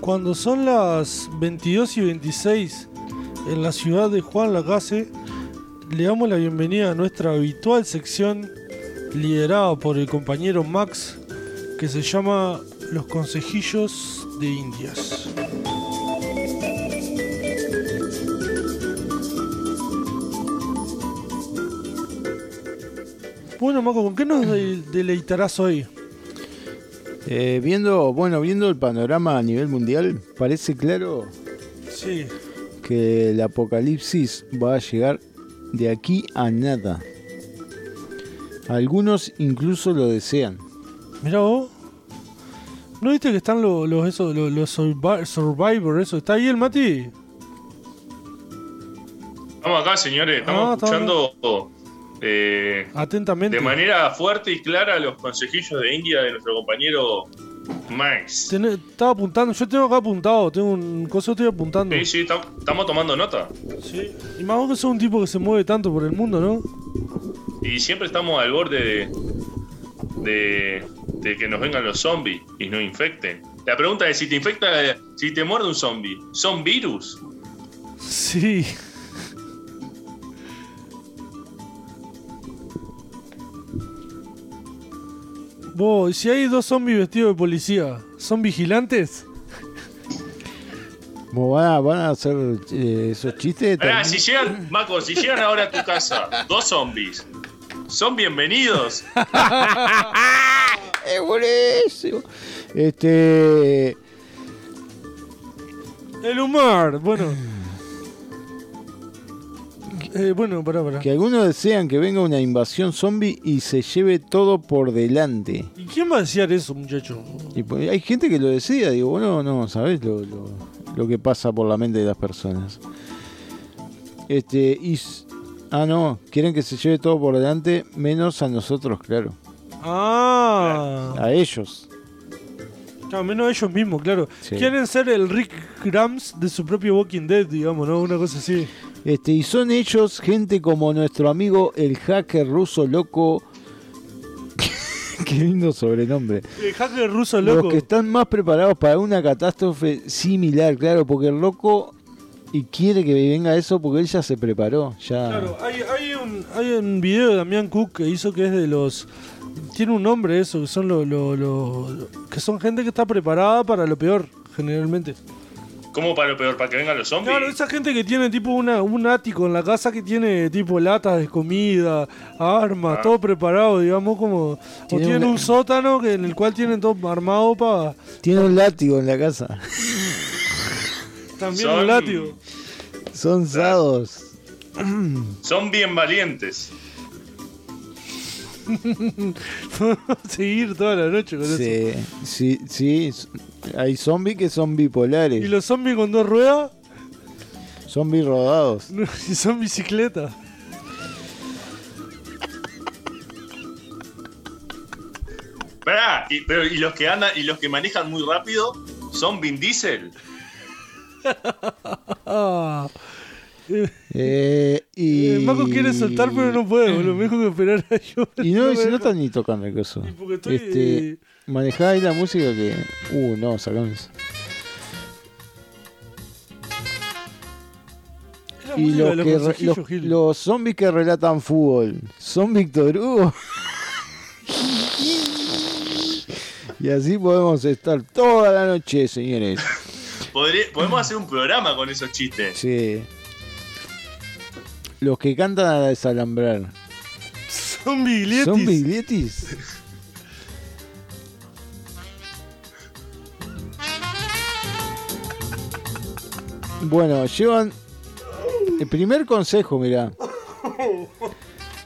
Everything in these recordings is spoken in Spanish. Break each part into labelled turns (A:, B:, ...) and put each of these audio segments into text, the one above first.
A: Cuando son las 22 y 26 en la ciudad de Juan Lacase, le damos la bienvenida a nuestra habitual sección liderada por el compañero Max que se llama Los Consejillos de Indias. Bueno, Maco, ¿con qué nos de- deleitarás hoy?
B: Eh, viendo, bueno, viendo el panorama a nivel mundial, parece claro
A: Sí,
B: que el apocalipsis va a llegar de aquí a nada. Algunos incluso lo desean.
A: Mirá vos. ¿No viste que están los, los, esos, los, los survi- Survivor, eso? ¿Está ahí el Mati?
C: Estamos acá, señores, estamos
A: Ah, está
C: escuchando eh,
A: Atentamente.
C: de manera fuerte y clara los consejillos de India de nuestro compañero Max.
A: Tené- estaba apuntando, yo tengo acá apuntado, tengo un coso, estoy apuntando.
C: Sí, sí, tam- estamos tomando nota.
A: Sí. Y más vos que sos un tipo que se mueve tanto por el mundo, ¿no?
C: Y siempre estamos al borde de, de- de que nos vengan los zombies y nos infecten. La pregunta es si te infecta, si te muerde un zombie, ¿son virus?
A: Sí. Vos, ¿y si hay dos zombies vestidos de policía, ¿son vigilantes?
B: Como van a, van a hacer eh, esos chistes?
C: Pará,
B: también?
C: si llegan, Maco, si llegan ahora a tu casa, dos zombies, ¿son bienvenidos?
B: ¡Es buenísimo! Eh, Este,
A: El humor, bueno. Eh, bueno, pará, pará.
B: que algunos desean que venga una invasión zombie y se lleve todo por delante.
A: ¿Y quién va a desear eso, muchacho?
B: Y pues, hay gente que lo desea, digo, bueno, no, sabes lo, lo- lo que pasa por la mente de las personas. Este, y. s- Ah, no, quieren que se lleve todo por delante, menos a nosotros, claro.
A: Ah,
B: A ellos.
A: claro, menos ellos mismos, claro.
B: Sí.
A: Quieren ser el Rick Grams de su propio Walking Dead, digamos, ¿no? Una cosa así.
B: Este, y son ellos gente como nuestro amigo el hacker ruso loco. Qué lindo sobrenombre.
A: El hacker ruso loco.
B: Los que están más preparados para una catástrofe similar, claro, porque el loco y quiere que venga eso porque él ya se preparó, ya.
A: Claro, hay, hay un, hay un video de Damián Cook que hizo que es de los. Tiene un nombre eso, que son los. que son gente que está preparada para lo peor, generalmente.
C: ¿Cómo para lo peor? ¿Para que vengan los zombies?
A: Claro, esa gente que tiene tipo una, un ático en la casa que tiene tipo latas de comida, armas,
C: Ah.
A: todo preparado, digamos, como. O
B: Tiene
A: tienen
B: una-
A: un sótano que, en el cual tienen todo armado para.
B: Tiene un látigo en la casa.
A: También
C: Son-
A: un látigo.
B: Son sados.
C: Son bien valientes.
A: Seguir toda la noche con eso.
B: Sí, sí, sí. Hay zombies que son bipolares.
A: Y los zombies con dos ruedas
B: Zombies rodados.
A: y son bicicletas.
C: Pará, y, pero, y los que andan y los que manejan muy rápido son Vin Diesel.
A: Ah.
B: Eh, y...
A: Eh, Maco quiere saltar, pero no puede, boludo. Me dijo que esperara yo.
B: Y no, y si
A: me
B: no
A: deja.
B: están ni tocando el coso.
A: Y porque estoy-
B: Este, manejá ahí la música que. Uh, no, sacame eso.
A: Es la
B: Y
A: música de
B: los, que re-
A: consejillos,
B: los-
A: Gil.
B: los zombies que relatan fútbol son Víctor Hugo. y así podemos estar toda la noche, señores.
C: Podré- podemos hacer un programa con esos chistes.
B: Sí. Los que cantan a desalambrar.
A: Son biglietis.
B: ¿Son biglietis? bueno, llevan. El primer consejo, mirá.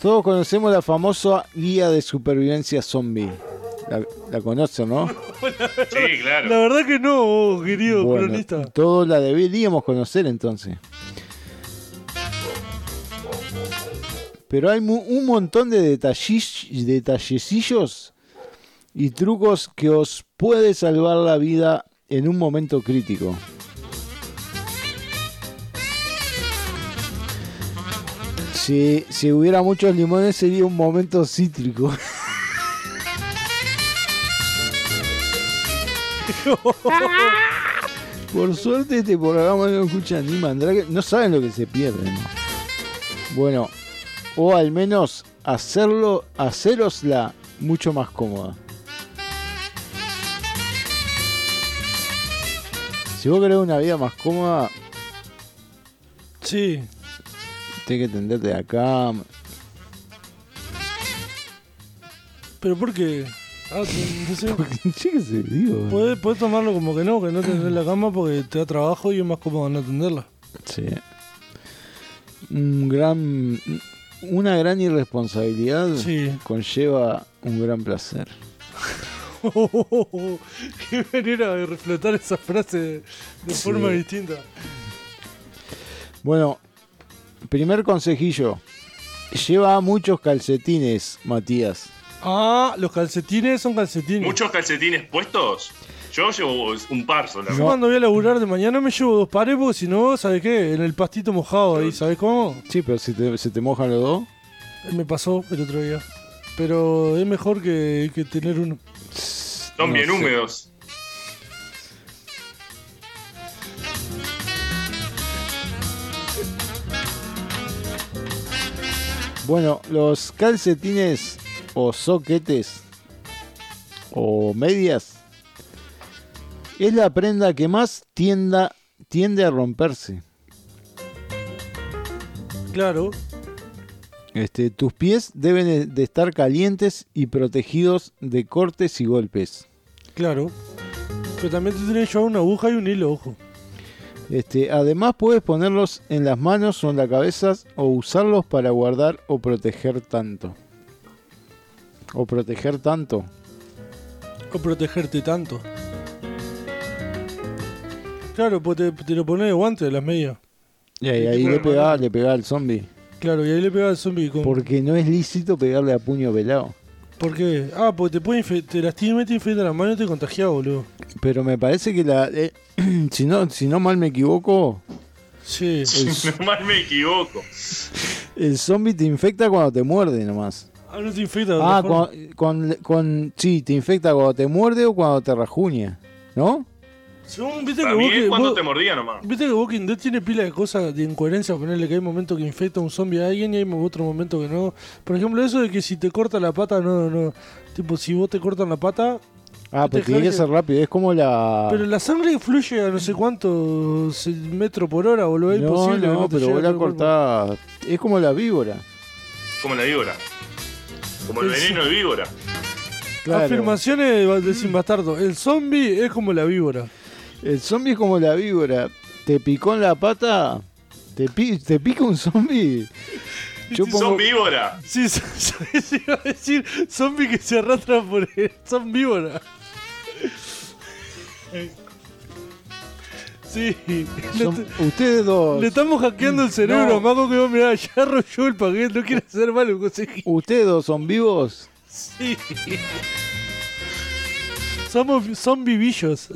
B: Todos conocemos la famosa guía de supervivencia zombie. La, la conocen, ¿no?
C: Sí,
A: La
C: claro.
A: verdad que no, vos, querido
B: Bueno,
A: cronista.
B: todos la deberíamos conocer entonces. Pero hay mu- un montón de detallis- detallecillos y trucos que os puede salvar la vida en un momento crítico. Si, si hubiera muchos limones sería un momento cítrico. Por suerte este programa no escucha ni mandrake. No saben lo que se pierden. Bueno, o al menos hacerlo, hacerosla mucho más cómoda. Si vos querés una vida más cómoda,
A: Sí,
B: tenés que tenderte de acá.
A: pero ¿por qué? Ah, te- no sé.
B: Che, ¿qué se digo?
A: Podés, podés tomarlo como que no, que no tenés la cama porque te da trabajo y es más cómodo no atenderla.
B: Sí. Un gran, una gran irresponsabilidad
A: Sí.
B: conlleva un gran placer.
A: Qué manera de reflotar esa frase de, de
B: Sí.
A: forma distinta.
B: Bueno, primer consejillo. Lleva muchos calcetines, Matías.
A: Ah, los calcetines son calcetines.
C: ¿Muchos calcetines puestos? Yo llevo un par
A: Yo
C: solamente.
A: cuando voy a laburar de mañana me llevo dos pares porque si no, ¿sabes qué? En el pastito mojado ahí, ¿sabes cómo?
B: Sí, pero si te- se te mojan los dos.
A: Me pasó el otro día. Pero es mejor que, que tener uno.
C: Son
B: no
C: bien
B: sé.
C: húmedos.
B: Bueno, los calcetines o soquetes o medias es la prenda que más tienda, tiende a romperse.
A: Claro.
B: Este, tus pies deben de- de estar calientes y protegidos de cortes y golpes.
A: Claro. Pero también te tenés que llevar una aguja y un hilo, ojo.
B: Este, además puedes ponerlos en las manos o en la cabeza o usarlos para guardar o proteger tanto. O proteger tanto.
A: O protegerte tanto. Claro, pues te, te lo pones de guante de las medias.
B: Y Eh, ahí, ahí le pegaba, le pegaba al zombie.
A: Claro, y ahí le pega al zombie. Con...
B: Porque no es lícito pegarle a puño pelado.
A: ¿Por qué? Ah, porque te puede infe- te lastima y te infecta la mano y te contagia, boludo.
B: Pero me parece que la. eh, si, no, si no mal me equivoco,
A: Sí.
C: No mal me equivoco.
B: el zombie te infecta cuando te muerde nomás.
A: Ah, no te infecta. de
B: Ah,
A: otra forma.
B: con, con, con- Sí, te infecta cuando te muerde o cuando te rajuña. ¿No?
A: Según, viste que
C: Para
A: vos,
C: mí es
A: que,
C: cuando
A: vos-
C: te mordía nomás.
A: viste que Walking Dead tiene pila de cosas de incoherencia. Ponerle que hay momentos que infecta un zombie a alguien y hay mo- otro momento que no. Por ejemplo, eso de que si te corta la pata, no, no. Tipo, si vos te cortan la pata,
B: Ah,
A: Te
B: pues tiene que
A: jode.
B: ser rápido. Es como la.
A: Pero la sangre fluye a no sé cuántos metros por hora, boludo. Es
B: no,
A: imposible. que
B: no,
A: te
B: pero
A: llegue
B: vos la
A: al cuerpo.
B: cortás. Es como la víbora.
C: Como la víbora. Como el
A: Sí.
C: veneno de víbora.
B: Claro.
A: Afirmaciones de- de sin bastardo. El zombie es como la víbora.
B: El zombie es como la víbora. Te picó en la pata. Te, pi- te pica un zombie. Yo
C: Son
B: pongo-
C: víbora.
A: Sí, son- sí, iba a decir zombie que se arrastra por el. Son víboras. Sí, le,
B: son-
A: te-
B: Ustedes dos.
A: le estamos hackeando el cerebro,
B: No.
A: Mago, que vos mirá, ya arrolló el paquete, no quiere hacer mal un consejito.
B: Ustedes dos son vivos.
A: Sí. Somos zombie billos.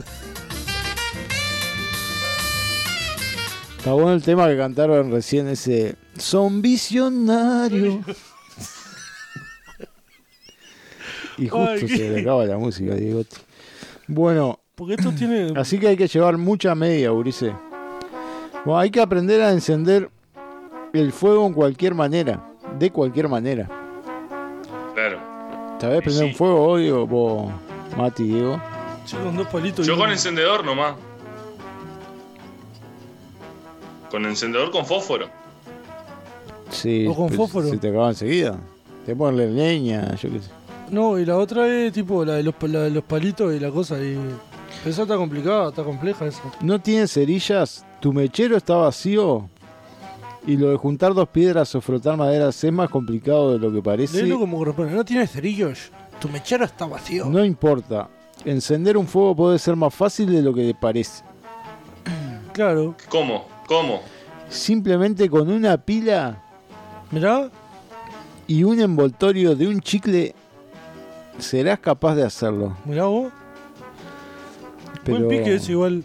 B: Está bueno el tema que cantaron recién ese. Son visionario. y justo
A: Ay,
B: se
A: qué-
B: le acaba la música, Diego. Bueno,
A: Porque esto tiene.
B: Así que hay que llevar mucha media, Urice. Bueno, hay que aprender a encender el fuego en cualquier manera. De cualquier manera.
C: Claro.
B: ¿Sabés
C: Sí,
B: prender un
C: sí.
B: fuego hoy o vos, Mati, Diego?
A: Che, con dos palitos. y
C: Yo
A: un-
C: con encendedor nomás. Con encendedor con fósforo.
B: Sí.
A: O con
B: pues,
A: fósforo.
B: Se te acaba enseguida. Te ponerle leña, yo qué sé.
A: No, y la otra es tipo la de los, la de los palitos y la cosa. Y... Esa está complicada, está compleja esa.
B: ¿No tienes cerillas? ¿Tu mechero está vacío? Y lo de juntar dos piedras o frotar maderas es más complicado de lo que parece.
A: Léelo como corresponde. No tienes cerillos. Tu mechero está vacío.
B: No importa. Encender un fuego puede ser más fácil de lo que le parece.
A: Claro.
C: ¿Cómo? ¿Cómo?
B: Simplemente con una pila
A: Mirá,
B: y un envoltorio de un chicle serás capaz de hacerlo.
A: mirá vos.
B: Pero,
A: Buen pique es igual.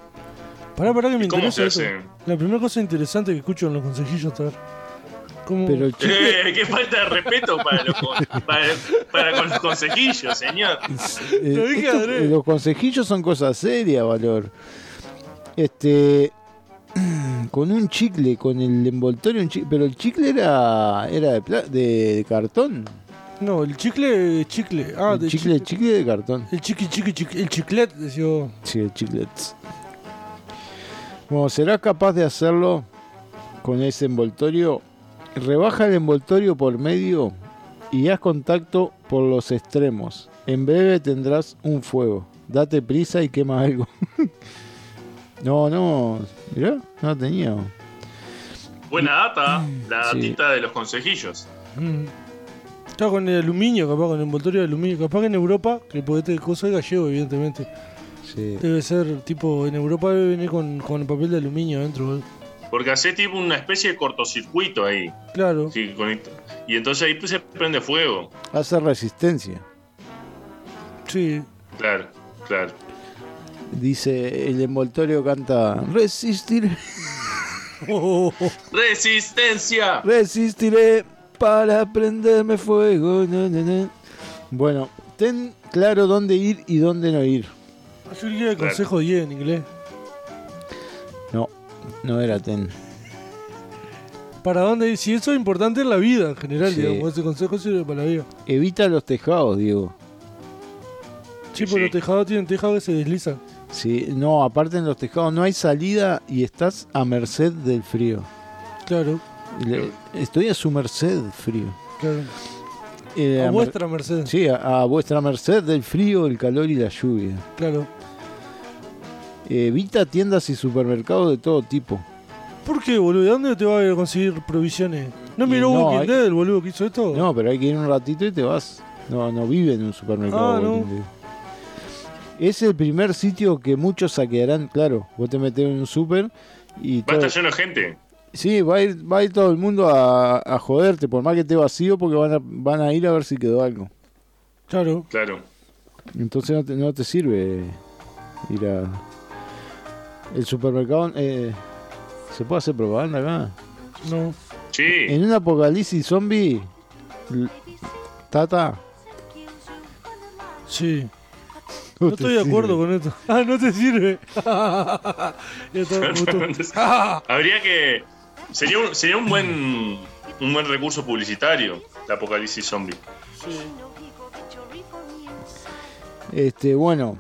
A: Pará, pará que me
C: ¿Y cómo
A: interesa
C: se
A: eso.
C: hace?
A: La primera cosa interesante que escucho en los consejillos tal. ¿Cómo?
B: pero el chicle,
C: Eh, qué falta de respeto para los, con- para, para con los consejillos, señor.
B: eh,
A: Lo dije,
B: esto-
A: Andrés.
B: los consejillos son cosas serias, Valor. Este. Con un chicle, con el envoltorio, un chicle, pero el chicle era, era de, pla- de, de cartón.
A: No, el chicle, eh, chicle. Ah,
B: el
A: de
B: chicle,
A: chi-
B: chicle de cartón.
A: el chiqui, chiqui, chiqui- el chiclet, decía.
B: Sí, el chicle. tss. Bueno, ¿serás capaz de hacerlo con ese envoltorio? Rebaja el envoltorio por medio y haz contacto por los extremos. En breve tendrás un fuego. Date prisa y quema algo. no, no. Mirá, no tenía.
C: Buena data, la
B: Sí.
C: datita de los consejillos.
A: Mm. Estaba con el aluminio, capaz, con el envoltorio de aluminio. Capaz que en Europa, que el poquete de coso es gallego, evidentemente.
B: Sí.
A: Debe ser tipo, en Europa debe venir con, con el papel de aluminio adentro. ¿eh?
C: Porque hace tipo una especie de cortocircuito ahí.
A: Claro.
C: sí, conecta. Y entonces ahí pues, se prende fuego.
B: Hace resistencia.
A: Sí.
C: Claro, claro.
B: Dice, el envoltorio canta, resistiré,
A: Oh, oh, oh.
C: ¡Resistencia!
B: resistiré para prenderme fuego. na, na, na". Bueno, ten claro dónde ir y dónde no ir.
A: Yo le el consejo 10 en inglés.
B: No, no era ten.
A: ¿Para dónde ir? Si eso es importante en la vida en general,
B: Sí.
A: digamos. Ese consejo sirve para la vida.
B: Evita los tejados, digo.
A: Sí,
C: Sí,
A: pero
C: sí.
A: los tejados tienen tejados que se deslizan.
B: Sí, no, aparte en los tejados no hay salida y estás a merced del frío.
A: Claro,
B: Le- estoy a su merced frío.
A: claro.
B: Eh,
A: A
B: mer-
A: vuestra merced.
B: Sí, a- a vuestra merced del frío, el calor y la lluvia.
A: Claro.
B: Evita tiendas y supermercados de todo tipo.
A: ¿Por qué, boludo? ¿De dónde te va a conseguir provisiones? ¿No
B: Y
A: miró
B: no,
A: Walking
B: hay-
A: Dead el boludo que hizo esto?
B: No, pero hay que ir un ratito y te vas. No, no vive en un supermercado.
A: Ah, no.
B: Walking Dead. Es el primer sitio que muchos saquearán, claro. Vos te metés en un super y
C: Va a
B: todo-
C: estar lleno de gente.
B: sí, va a ir, va a ir todo el mundo a, a joderte, por más que esté vacío, porque van a, van a ir a ver si quedó algo.
A: Claro.
C: Claro.
B: Entonces no te, no te sirve ir a el supermercado. eh, ¿Se puede hacer propaganda acá?
A: No.
C: Sí.
B: En un apocalipsis zombie, l- Tata.
A: Sí. No
B: te
A: estoy de acuerdo
B: sirve.
A: con esto. Ah, no te sirve. Ya está, me gustó.
C: Habría que. Sería un, sería un buen un buen recurso publicitario, el apocalipsis zombie.
B: Este, bueno,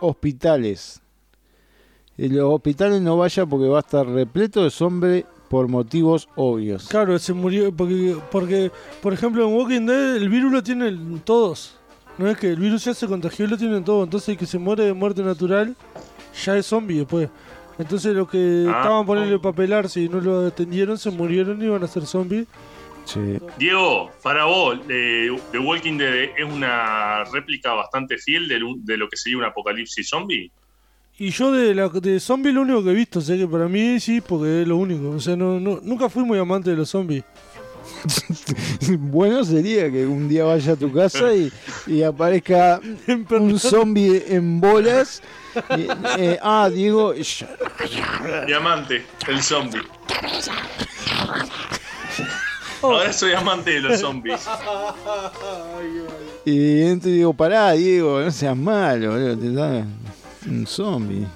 B: hospitales. En los hospitales no vaya porque va a estar repleto de sombra por motivos obvios.
A: Claro, se murió porque, porque, por ejemplo, en Walking Dead el virus lo tienen todos. No es que el virus ya se contagió y lo tienen todos. Entonces el que se muere de muerte natural ya es zombie después. Entonces los que
C: Ah.
A: estaban poniendo papelarse y no lo atendieron se murieron y iban a ser zombies.
B: Sí.
C: Diego, para vos, eh, The Walking Dead es una réplica bastante fiel de, lo- de lo que sería un apocalipsis zombie.
A: Y yo de, la, de zombie lo único que he visto, sé que para mí sí, porque es lo único. O sea, no, no- nunca fui muy amante de los zombies.
B: Bueno sería que un día vaya a tu casa y, y aparezca un zombie en bolas. Y, eh, ah, Diego, sh-
C: Diamante, el zombie. Ahora soy amante de los zombies.
B: y entro y digo, pará, Diego, no seas malo, boludo, te da un zombie.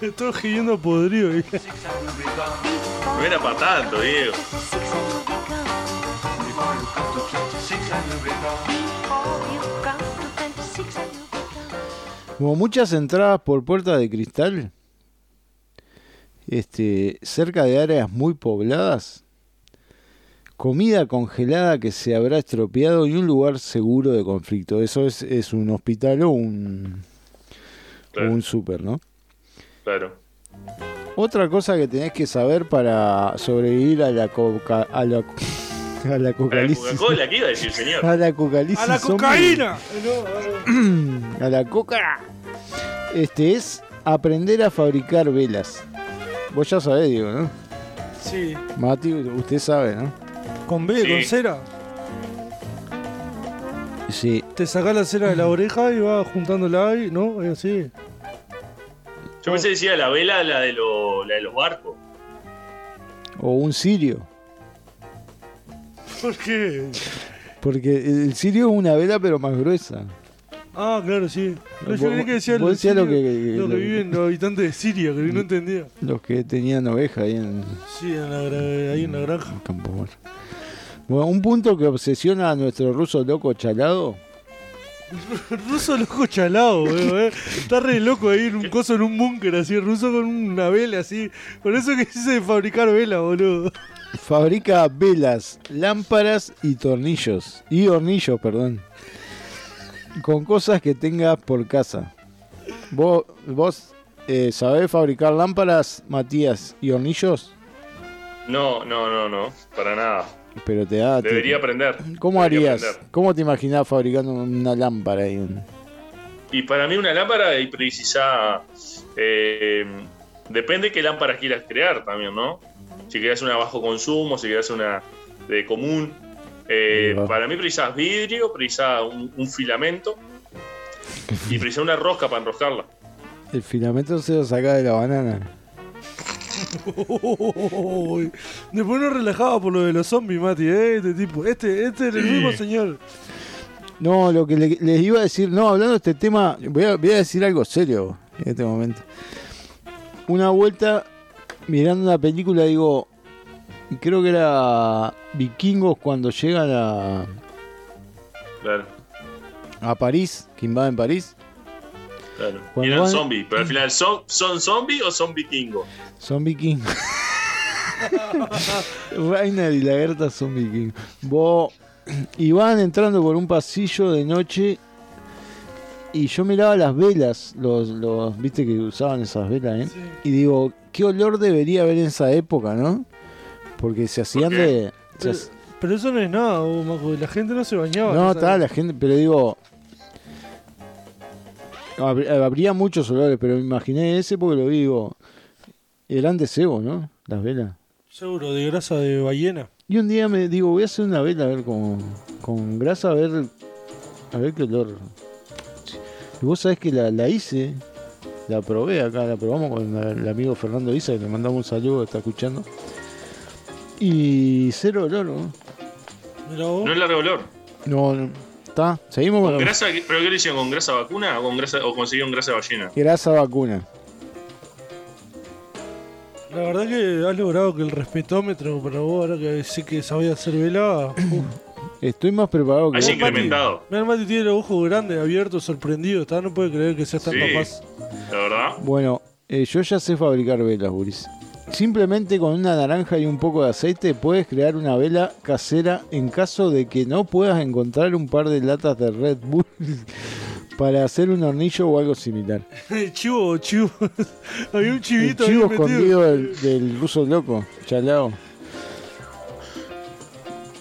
A: Estoy gidiendo podrido. ¿eh?
C: No era para tanto, Diego.
B: Como muchas entradas por puertas de cristal, este, cerca de áreas muy pobladas, comida congelada que se habrá estropeado y un lugar seguro de conflicto. Eso es, es un hospital o un,
C: Claro.
B: o un súper, ¿no?
C: Claro.
B: Otra cosa que tenés que saber para sobrevivir a la coca, a la, a la
C: A la
B: cocalisis.
C: Eh, Coca-Cola, ¿qué iba a decir, señor?
B: A la cocalisis
A: ¡A la
B: zombie.
A: cocaína! No, a ver.
B: a la coca. Este es aprender a fabricar velas. Vos ya sabés, digo, ¿no?
A: Sí.
B: Mati, usted sabe, ¿no?
A: Con B,
C: Sí.
A: con cera.
B: Sí,
A: Te sacás la cera de la oreja y vas juntándola y, ¿no? Es así.
C: Yo pensé que decía la vela, la de, lo- la de los barcos.
B: o un sirio.
A: ¿Por qué?
B: Porque el sirio es una vela, pero más gruesa.
A: Ah, claro, sí. No, yo
B: Vos-
A: creí que decía
B: vos
A: los
B: decías lo
A: sirios-
B: que- Mm.
A: lo
B: lo-
A: que viven los habitantes de Siria, que no entendía.
B: Los que tenían oveja ahí en
A: Sí, en la gra- ahí en la granja.
B: Campo Amor. Bueno, un punto que obsesiona a nuestro ruso loco chalado.
A: Ruso loco chalado, weón. eh. Está re loco ahí en un coso, en un búnker así, ruso con una vela así. Por eso que dice de fabricar vela, boludo.
B: Fabrica velas, lámparas y tornillos. Y hornillos, perdón. Con cosas que tengas por casa. ¿Vos, vos eh, sabés fabricar lámparas, Matías, y hornillos?
C: No, no, no, no. Para nada.
B: Pero te da... te-
C: Debería aprender.
B: ¿Cómo
C: Debería
B: harías?
C: aprender.
B: ¿Cómo te imaginás fabricando una lámpara? y un-
C: Y para mí una lámpara y precisa... eh, depende qué lámpara quieras crear también, ¿no? Si querés una bajo consumo, si querés una de común. Eh,
B: Ahí va.
C: para mí precisas vidrio, precisas un, un filamento y precisas una rosca para enroscarla.
B: El filamento se lo saca de la banana.
A: Uy. Después no relajaba por lo de los zombies, Mati, eh, este tipo. Este, este es el mismo señor.
B: No, lo que le- les iba a decir, no, hablando de este tema, voy a, voy a decir algo serio en este momento. Una vuelta mirando una película, digo, creo que era vikingos cuando llegan a,
C: Claro,
B: a París, que invaden París,
C: claro. Y
B: Cuando
C: eran
B: van-
C: zombies, pero al final, ¿son, son zombies o son vikingos?
B: son vikingos. Reiner y la Gerta son vikingos. Vos, y van entrando por un pasillo de noche. Y yo miraba las velas, los, los viste que usaban esas velas, ¿eh? Y digo, ¿qué olor debería haber en esa época, no? Porque se hacían
C: qué?
B: de. se
A: Pero,
B: hac-
A: pero eso no es nada, vos, Majo. La gente no se bañaba.
B: no,
A: ¿sabes?
B: está la gente, pero digo. hab- Habría muchos olores, pero me imaginé ese porque lo vi, digo. Eran de cebo, ¿no? Las velas.
A: Seguro, de grasa de ballena.
B: Y un día me digo, voy a hacer una vela a ver con, con grasa, a ver. A ver qué olor. Y vos sabés que la, la hice, la probé acá, la probamos con la- el amigo Fernando Isa, que le mandamos un saludo, está escuchando. Y cero olor, ¿no?
A: Mirá vos.
C: No es largo olor.
B: No, no. ¿Está? Seguimos con
C: ¿Con
B: la
C: grasa? ¿Pero qué le hicieron? ¿Con grasa vacuna o, con grasa, o consiguieron grasa de ballena?
B: grasa vacuna.
A: La verdad que has logrado que el respetómetro para vos, ahora que sé que sabés hacer vela. uf.
B: Estoy más preparado que
C: Has
B: vos.
A: Mati.
C: incrementado,
A: Mirá, el Mati tiene los ojos grandes, abiertos, sorprendido. Está, no puede creer que seas tan
C: Sí.
A: capaz.
C: la verdad.
B: Bueno, eh, yo ya sé fabricar velas, Buris. Simplemente con una naranja y un poco de aceite puedes crear una vela casera en caso de que no puedas encontrar un par de latas de Red Bull para hacer un hornillo o algo similar.
A: chivo, chivo. Había un
B: El
A: chivito ahí
B: chivo
A: metido.
B: escondido del, del ruso loco, chalao.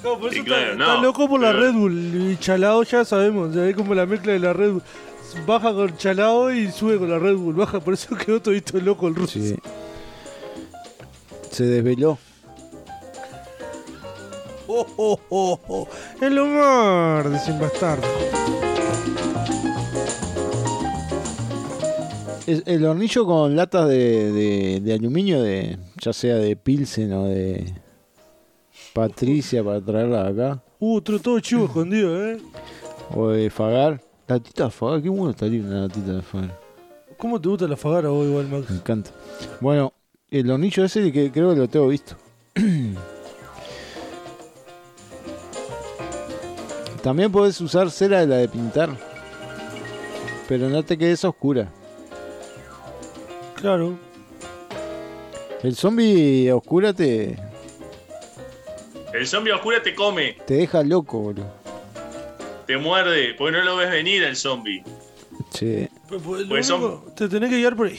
A: No, por
C: Sí,
A: eso
C: claro,
A: está,
C: no.
A: está loco por la
C: Pero-
A: Red Bull. Y Chalao ya sabemos, ya es como la mezcla de la Red Bull. Baja con Chalao y sube con la Red Bull. Baja, por eso quedó todito loco el ruso.
B: Sí. Se desveló.
A: Oh, oh, oh, oh. El humor de Sin Bastardo.
B: Es- el hornillo con latas de, de- de aluminio, de ya sea de Pilsen o de Patricia para traerla acá,
A: Uh, otro todo chivo escondido, ¿eh?
B: o de Fagar. Latita de Fagar, qué bueno estaría una latita de Fagar.
A: ¿Cómo te gusta la fagara vos igual, Max?
B: Me encanta. Bueno, el hornillo ese que creo que lo tengo visto. También podés usar cera de la de pintar, pero no te quedes a oscura.
A: Claro.
B: El zombie a oscura te,
C: El zombie a oscura te come,
B: te deja loco, boludo.
C: te muerde, porque no lo ves venir el zombie.
B: Che.
A: Pero, pues, lo
C: Pues
A: único- te tenés que guiar por ahí.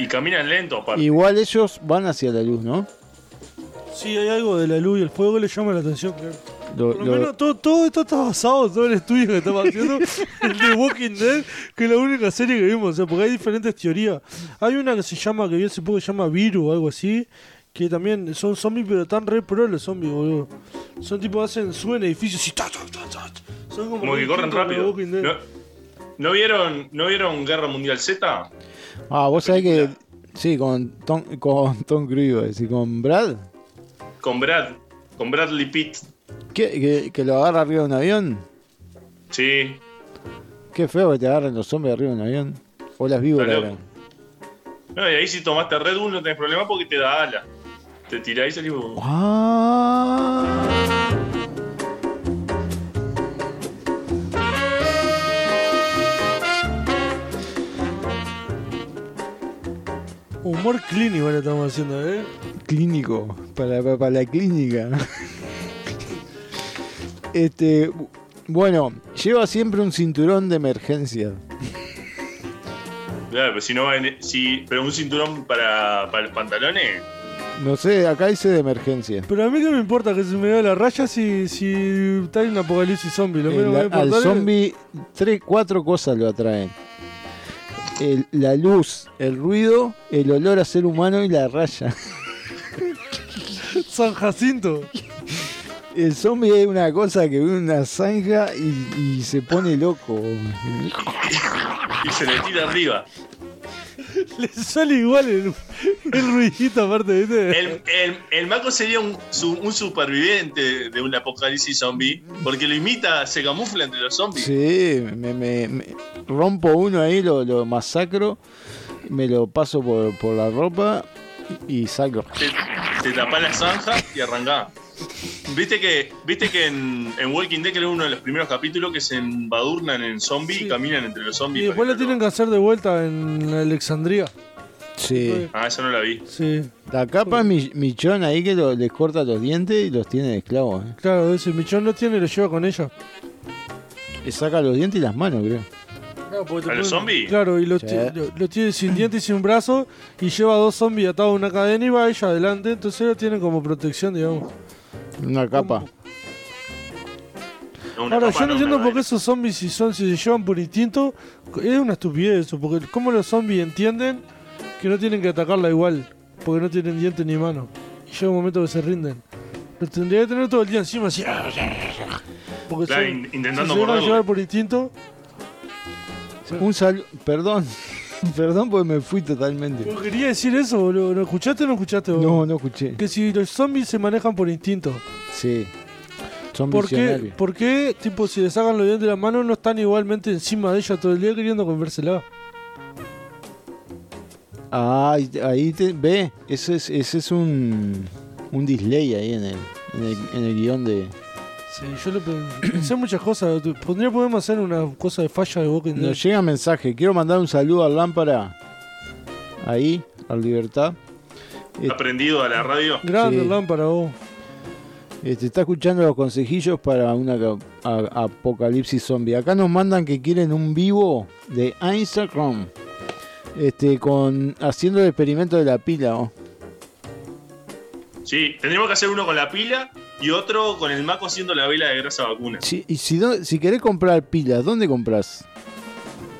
C: Y caminan lento aparte.
B: Igual ellos van hacia la luz, ¿no?
A: Sí, hay algo de la luz y el fuego que le llama la atención, claro.
B: Lo-
A: Por lo
B: lo-
A: menos todo, todo esto está basado en todo el estudio que estamos haciendo. el de Walking Dead, que es la única serie que vimos. O sea, porque hay diferentes teorías. Hay una que se llama, que vi hace poco, que se llama Virus o algo así. que también son zombies, pero tan re pro los zombies, boludo. Son tipo, hacen, suben edificios y ta, ta, ta, ta. Son como,
C: Como que
A: los
C: corren
A: tipos de
C: rápido.
A: Walking Dead.
C: ¿No, ¿no vieron, ¿No vieron Guerra Mundial Z?
B: Ah, vos sabés que. Sí, con Tom, con Tom Cruise, iba a decir, con Brad.
C: Con Brad, con Bradley Pitt.
B: ¿Qué, que, que lo agarra arriba de un avión.
C: Sí,
B: Qué feo que te agarren los hombres arriba de un avión. O las víboras.
C: Está
B: eran.
C: loco. No, y ahí si tomaste Red Bull no tenés problema porque te da ala. Te tirás y salís. volando.
B: Ah.
A: Humor clean igual estamos haciendo, ¿eh?
B: Clínico. Para, para- para la clínica. este. Bueno, lleva siempre un cinturón de emergencia.
C: Claro, pero si no va en- si, pero un cinturón para, para los pantalones.
B: No sé, acá dice de emergencia.
A: Pero a mí que me importa que se me vea la raya si, si está en un apocalipsis zombie. Lo
B: El-
A: menos que me va a
B: Eh, al
A: importar es-
B: zombie, tres, cuatro cosas lo atraen. El- la luz, el ruido, el olor a ser humano y la raya.
A: San Jacinto.
B: El zombie es una cosa que ve una zanja y, y se pone loco.
C: Y se le tira arriba.
A: Le sale igual el, el ruidito aparte, ¿viste?
C: El, el, el maco sería un, su- un superviviente de un apocalipsis zombie. Porque lo imita, se camufla entre los zombies.
B: Sí, me, me- me- rompo uno ahí, lo, lo masacro, me lo paso por, por la ropa y salgo.
C: Te, te tapás la zanja y arrancá. Viste que, viste que en, en Walking Dead, creo uno de los primeros capítulos que se embadurnan en zombie
A: Sí.
C: y caminan entre los
A: Y
C: zombies.
A: después lo
C: parece,
A: tienen
C: ¿no?
A: que hacer de vuelta en Alexandría.
B: Sí.
C: Ah, esa no la vi.
A: Sí.
B: La capa mi- michón ahí que lo- les corta los dientes y los tiene de esclavos. eh.
A: Claro, ese michón no tiene, lo lleva con ella.
B: Le saca los dientes y las manos, creo.
C: te ¿A los ponen- zombies?
A: Claro, y lo,
B: Sí.
A: ti- lo- lo tiene sin dientes y sin brazo y lleva dos zombies atados a una cadena y va ella adelante, entonces lo tiene como protección, digamos.
B: Una capa.
C: No, una
A: Ahora,
C: papa,
A: yo no entiendo
C: una
A: por qué
C: vaina.
A: esos zombies, si son, si se llevan por instinto, es una estupidez eso, porque cómo los zombies entienden que no tienen que atacarla igual, porque no tienen dientes ni mano. Y llega un momento que se rinden. Los tendría que tener todo el día encima así. Porque
C: Claro,
A: son-
C: in-
A: si se
C: intentando
A: van a
C: morderlo.
A: llevar por instinto,
B: Un saludo. Perdón. Perdón porque me fui totalmente.
A: yo quería decir eso, boludo. ¿Lo escuchaste o no escuchaste vos?
B: No, no escuché.
A: Que si los zombies se manejan por instinto,
B: Sí. Son
A: ¿por qué,
B: visionarios.
A: ¿por qué, tipo, si le sacan los dientes de la mano, no están igualmente encima de ella todo el día queriendo comérsela?
B: Ah, ahí- ahí te ve. Ese es, ese es un, un display ahí en el, en el, en el guión de.
A: Sí, yo le pen- pensé muchas cosas. Tu- Podría podemos hacer una cosa de falla de Walking Dead.
B: Nos llega mensaje. Quiero mandar un saludo a Lámpara. Ahí, a Libertad.
C: eh. Aprendido a la radio.
A: Grande
B: Sí.
A: lámpara vos.
B: Este, está escuchando los consejillos para una ca- a- apocalipsis zombie. Acá nos mandan que quieren un vivo de Instagram. Este, con haciendo el experimento de la pila. oh. ¿no?
C: Sí, tendríamos que hacer uno con la pila y otro con el maco haciendo la vela de grasa vacuna.
B: Si, y si, no- si querés comprar pilas, ¿dónde compras?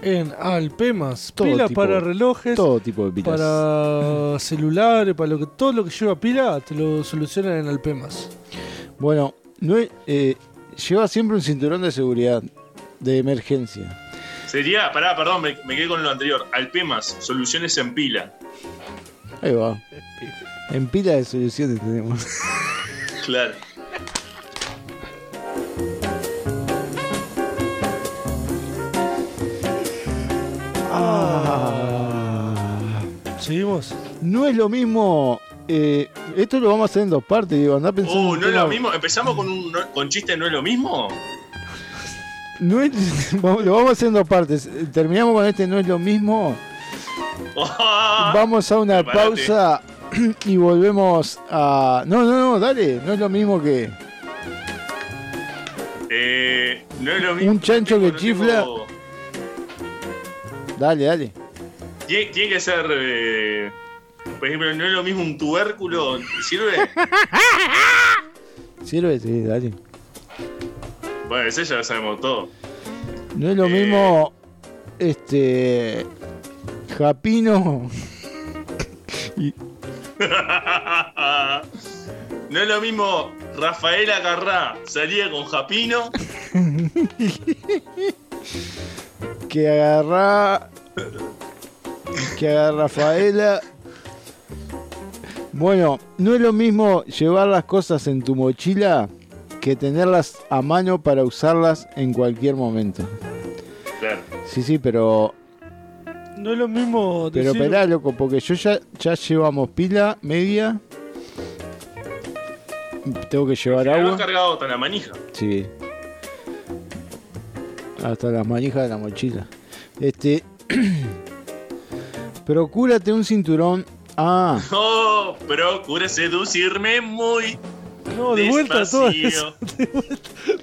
A: En Alpemas,
B: Todo
A: pilas
B: tipo-
A: para relojes,
B: Todo tipo de pilas.
A: para celulares, para lo que todo lo que lleva pila, te lo solucionan en Alpemas.
B: Bueno, no es- eh, lleva siempre un cinturón de seguridad, de emergencia.
C: Sería, pará, perdón, me, me quedé con lo anterior. Alpemas, soluciones en pila.
B: Ahí va. En pilas de soluciones tenemos.
C: Claro.
A: ¿Seguimos?
B: No es lo mismo. eh, esto lo vamos a hacer en dos partes, digo, andá pensando. en
C: Uh,
B: un
C: ¿no es
B: tema-
C: lo mismo? ¿Empezamos con un no- con chiste no es lo mismo?
B: No es- vamos- lo vamos a hacer en dos partes. Terminamos con este, no es lo mismo. Vamos a una
C: Ah, Preparate.
B: pausa y volvemos a. No, no, no, dale, no es lo mismo que.
C: Eh, no es lo mismo.
B: Un chancho que
C: No
B: chifla.
C: tengo-
B: Dale, dale.
C: Tiene, tiene que ser. eh, por ejemplo, no es lo mismo un tubérculo. ¿Sirve?
B: Sirve, sí, dale.
C: bueno, ese ya lo sabemos todo.
B: No es lo
C: Eh.
B: mismo este Japino
C: No es lo mismo Rafael Agarrá salía con Japino
B: Que agarra. Que agarra Rafaela. Bueno, no es lo mismo llevar las cosas en tu mochila que tenerlas a mano para usarlas en cualquier momento.
C: Claro.
B: Sí, sí, pero.
A: No es lo mismo
B: Pero
A: decir-
B: esperá, loco, porque yo ya, ya llevamos pila media. Tengo que llevar
C: Cargado,
B: agua.
C: cargado hasta la manija.
B: Sí. Hasta las manijas de la mochila. Este. Procúrate un cinturón. Ah,
C: Oh, procura seducirme muy
A: No, Oh, de vuelta todo eso.
C: despacío.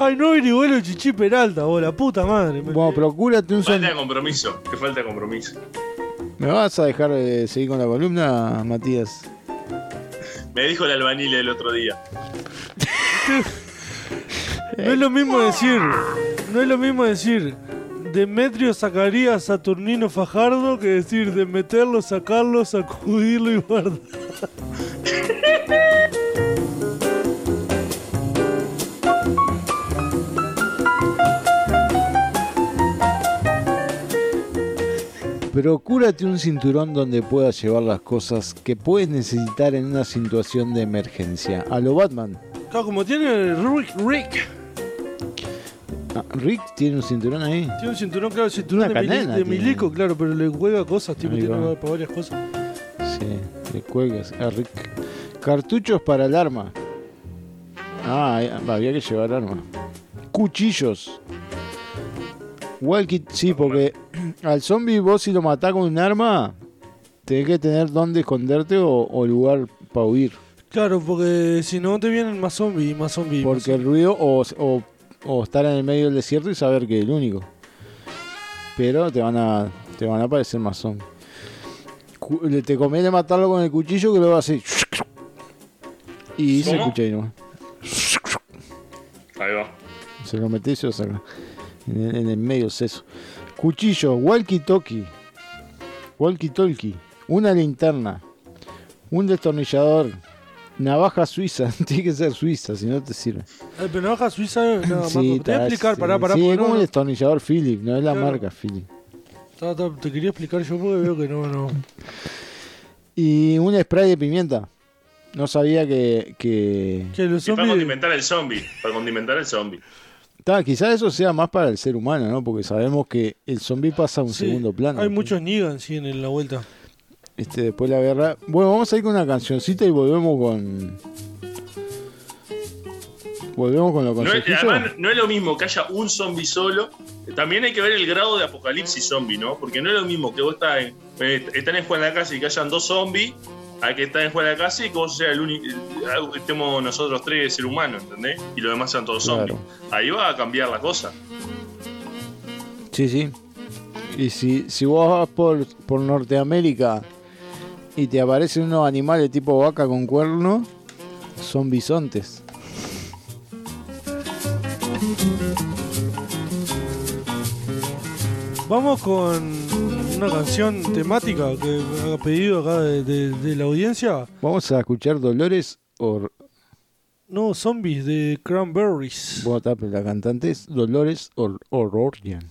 A: Ay, no averigué lo de Chichi Peralta, vos, la puta madre. me-
B: bueno, procúrate un
C: Falta de
B: cinturón.
C: compromiso. Te falta de compromiso.
B: ¿Me vas a dejar de seguir con la columna, Matías?
C: Me dijo el albanil el otro día.
A: No es lo mismo decir. No es lo mismo decir. Demetrio sacaría a Saturnino Fajardo que decir de meterlo, sacarlo, sacudirlo y guardar.
B: Procúrate un cinturón donde puedas llevar las cosas que puedes necesitar en una situación de emergencia. A lo Batman.
A: Claro, como tiene Rick, Rick.
B: Ah, Rick tiene un cinturón ahí.
A: Tiene un cinturón, claro, cinturón
B: Una
A: de, mili-
B: cadena
A: de
B: tiene.
A: milico, claro, pero le juega cosas, tipo,
B: Ahí
A: tiene
B: va.
A: para varias cosas.
B: Sí, le cuelgas a Rick. Cartuchos para el arma. Ah, eh, había que llevar arma. Cuchillos. Walkie, sí, porque al zombie vos si lo matás con un arma, tenés que tener dónde esconderte o, o lugar para huir.
A: Claro, porque si no te vienen más zombies, más zombies. más
B: Porque el ruido o, o- o estar en el medio del desierto y saber que es el único. Pero te van a te van a aparecer más zombies. Cu- le- Te conviene matarlo con el cuchillo que luego así. Y se
C: ¿Cómo?
B: escucha ahí nomás.
C: Ahí va.
B: Se lo metes y se lo saca. En el, en el medio seso. Cuchillo, walkie talkie. Walkie talkie. Una linterna. Un destornillador. Navaja suiza. Tiene que ser suiza, si no te sirve.
A: Eh, pero navaja suiza, nada más.
B: Sí,
A: te voy a
B: está,
A: explicar,
B: sí.
A: pará, pará.
B: Sí,
A: porque
B: es como
A: no-
B: el destornillador Philip, no es la
A: Claro.
B: marca Philip.
A: Ta, ta, te quería explicar yo porque veo que no, no.
B: Y un spray de pimienta. No sabía que. que...
A: Que los
C: Y para
A: zombies.
C: condimentar el zombie. Para condimentar el zombie.
B: Ta, quizás eso sea más para el ser humano, ¿no? Porque sabemos que el zombie pasa a un
A: Sí,
B: segundo plano.
A: Hay
B: ¿no?
A: muchos Negan, sí, en la vuelta.
B: Este, después de la guerra. Bueno, vamos a ir con una cancioncita y volvemos con. Volvemos con lo
C: No es,
B: consejillo.
C: además, no es lo mismo que haya un zombie solo. También hay que ver el grado de apocalipsis zombie, ¿no? Porque no es lo mismo que vos estás en, eh, están en Juan de la Casa y que hayan dos zombies, a que están en Juan de la Casa y que vos seas el único. el- que Estemos nosotros tres, el ser humano, ¿entendés? Y los demás sean todos
B: Claro.
C: zombies. Ahí va a cambiar la cosa.
B: Sí, sí. Y si, si vos vas por, por Norteamérica y te aparecen unos animales tipo vaca con cuerno, son bisontes.
A: Vamos con una canción temática que ha pedido acá de, de- de la audiencia.
B: Vamos a escuchar Dolores Or...
A: No, Zombies de Cranberries.
B: Bueno, está, pero la cantante es Dolores Or- Ororian.